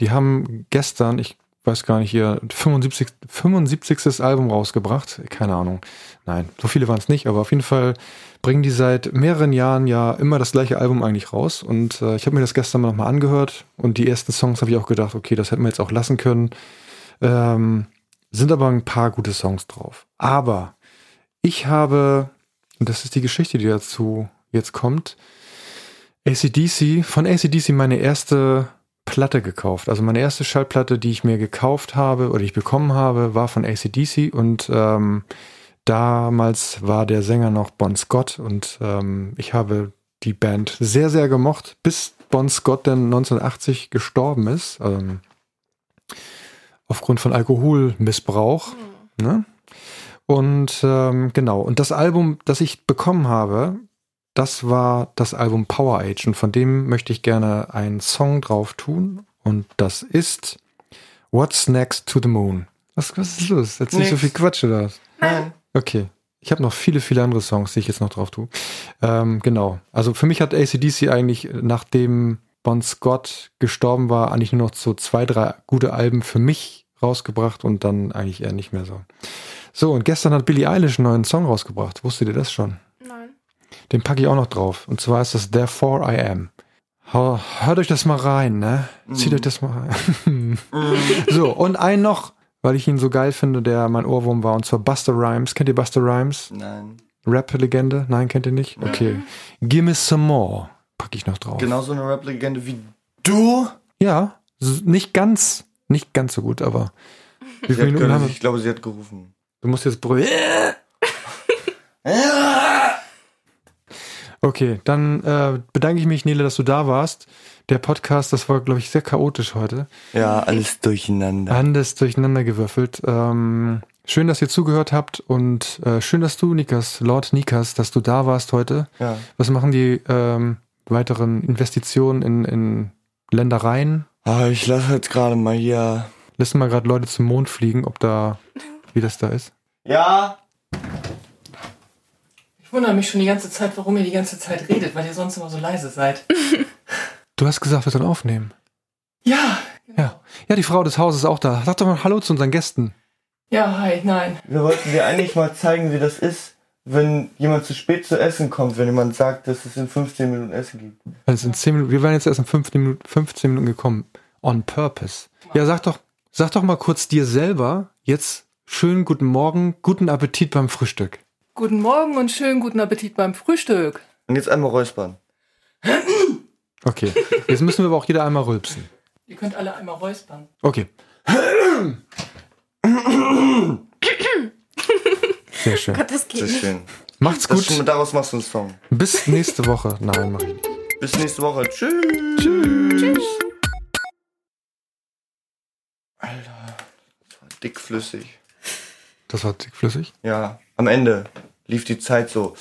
S1: Die haben gestern, ich weiß gar nicht, ihr 75. 75. Album rausgebracht. Keine Ahnung. Nein, so viele waren es nicht, aber auf jeden Fall bringen die seit mehreren Jahren ja immer das gleiche Album eigentlich raus. Und äh, ich habe mir das gestern mal nochmal angehört und die ersten Songs habe ich auch gedacht, okay, das hätten wir jetzt auch lassen können. Ähm, sind aber ein paar gute Songs drauf. Aber ich habe, und das ist die Geschichte, die dazu jetzt kommt, ACDC, von ACDC meine erste Platte gekauft. Also meine erste Schallplatte, die ich mir gekauft habe oder die ich bekommen habe, war von ACDC und ähm, damals war der Sänger noch Bon Scott und ähm, ich habe die Band sehr, sehr gemocht, bis Bon Scott dann 1980 gestorben ist. Ähm, aufgrund von Alkoholmissbrauch. Ne? Und ähm, genau, und das Album, das ich bekommen habe, das war das Album Power Age. Und von dem möchte ich gerne einen Song drauf tun. Und das ist What's Next to the Moon. Was, was ist los? Jetzt nicht so
S2: Nix.
S1: viel Quatsch oder was?
S2: Nein.
S1: Okay. Ich habe noch viele, viele andere Songs, die ich jetzt noch drauf tue. Ähm, genau. Also für mich hat ACDC eigentlich, nachdem Bon Scott gestorben war, eigentlich nur noch so zwei, drei gute Alben für mich rausgebracht und dann eigentlich eher nicht mehr so. So, und gestern hat Billie Eilish einen neuen Song rausgebracht. Wusstet ihr das schon?
S3: Nein.
S1: Den packe ich auch noch drauf. Und zwar ist das Therefore I Am. Hau- Hört euch das mal rein, ne? Zieht euch das mal rein. so, und einen noch, weil ich ihn so geil finde, der mein Ohrwurm war, und zwar Buster Rhymes. Kennt ihr Buster Rhymes?
S2: Nein.
S1: Rap-Legende? Nein, kennt ihr nicht? Okay. Gimme some more. Packe ich noch drauf.
S2: Genauso eine Rap-Legende wie du.
S1: Ja, s- nicht ganz, nicht ganz so gut, aber. Wie
S2: Sie
S1: viele
S2: hat
S1: Minuten haben
S2: ge-
S1: wir?
S2: ich glaube, sie hat gerufen.
S1: Du musst jetzt brüllen. Okay, dann äh, bedanke ich mich, Nele, dass du da warst. Der Podcast, das war, glaube ich, sehr chaotisch heute.
S2: Ja, alles durcheinander.
S1: Alles durcheinander gewürfelt. Ähm, schön, dass ihr zugehört habt und äh, schön, dass du, Nikas, Lord Nikas, dass du da warst heute.
S2: Ja.
S1: Was machen die ähm, weiteren Investitionen in, in Ländereien?
S2: Ah, ich lasse jetzt gerade mal hier.
S1: Lassen mal gerade Leute zum Mond fliegen, ob da, wie das da ist.
S2: Ja.
S7: Ich wundere mich schon die ganze Zeit, warum ihr die ganze Zeit redet, weil ihr sonst immer so leise seid.
S1: Du hast gesagt, wir sollen aufnehmen.
S7: Ja,
S1: Ja. Ja, die Frau des Hauses ist auch da. Sag doch mal Hallo zu unseren Gästen.
S7: ja, hi, nein.
S2: Wir wollten dir eigentlich mal zeigen, wie das ist, wenn jemand zu spät zu essen kommt, wenn jemand sagt, dass es in 15 Minuten Essen gibt.
S1: Also in 10 Minuten, wir wären jetzt erst in 15 Minuten, 15 Minuten gekommen. On purpose. Ja, sag doch, sag doch mal kurz dir selber jetzt schönen guten Morgen, guten Appetit beim Frühstück.
S7: Guten Morgen und schönen guten Appetit beim Frühstück.
S2: Und jetzt einmal räuspern.
S1: Okay. Jetzt müssen wir aber auch jeder einmal rülpsen.
S7: Ihr könnt alle einmal räuspern.
S1: Okay. Sehr schön.
S3: Gott, das geht
S2: Sehr
S3: nicht.
S2: schön.
S1: Macht's
S2: Das schon,
S1: gut.
S2: daraus machst du einen Song.
S1: Bis nächste Woche. Nein, mach ich nicht.
S2: Bis nächste Woche. Tschüss.
S1: Tschüss.
S2: Alter. Das war dickflüssig.
S1: Das war dickflüssig.
S2: Ja. Am Ende lief die Zeit so.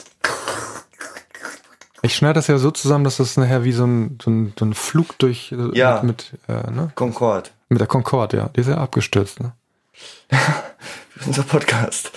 S1: Ich schneide das ja so zusammen, dass das nachher wie so ein, so ein, so ein Flug durch äh,
S2: Ja.
S1: mit, mit, äh, ne?
S2: Concord.
S1: mit der Concorde, ja. Die ist ja abgestürzt, ne?
S2: Unser Podcast.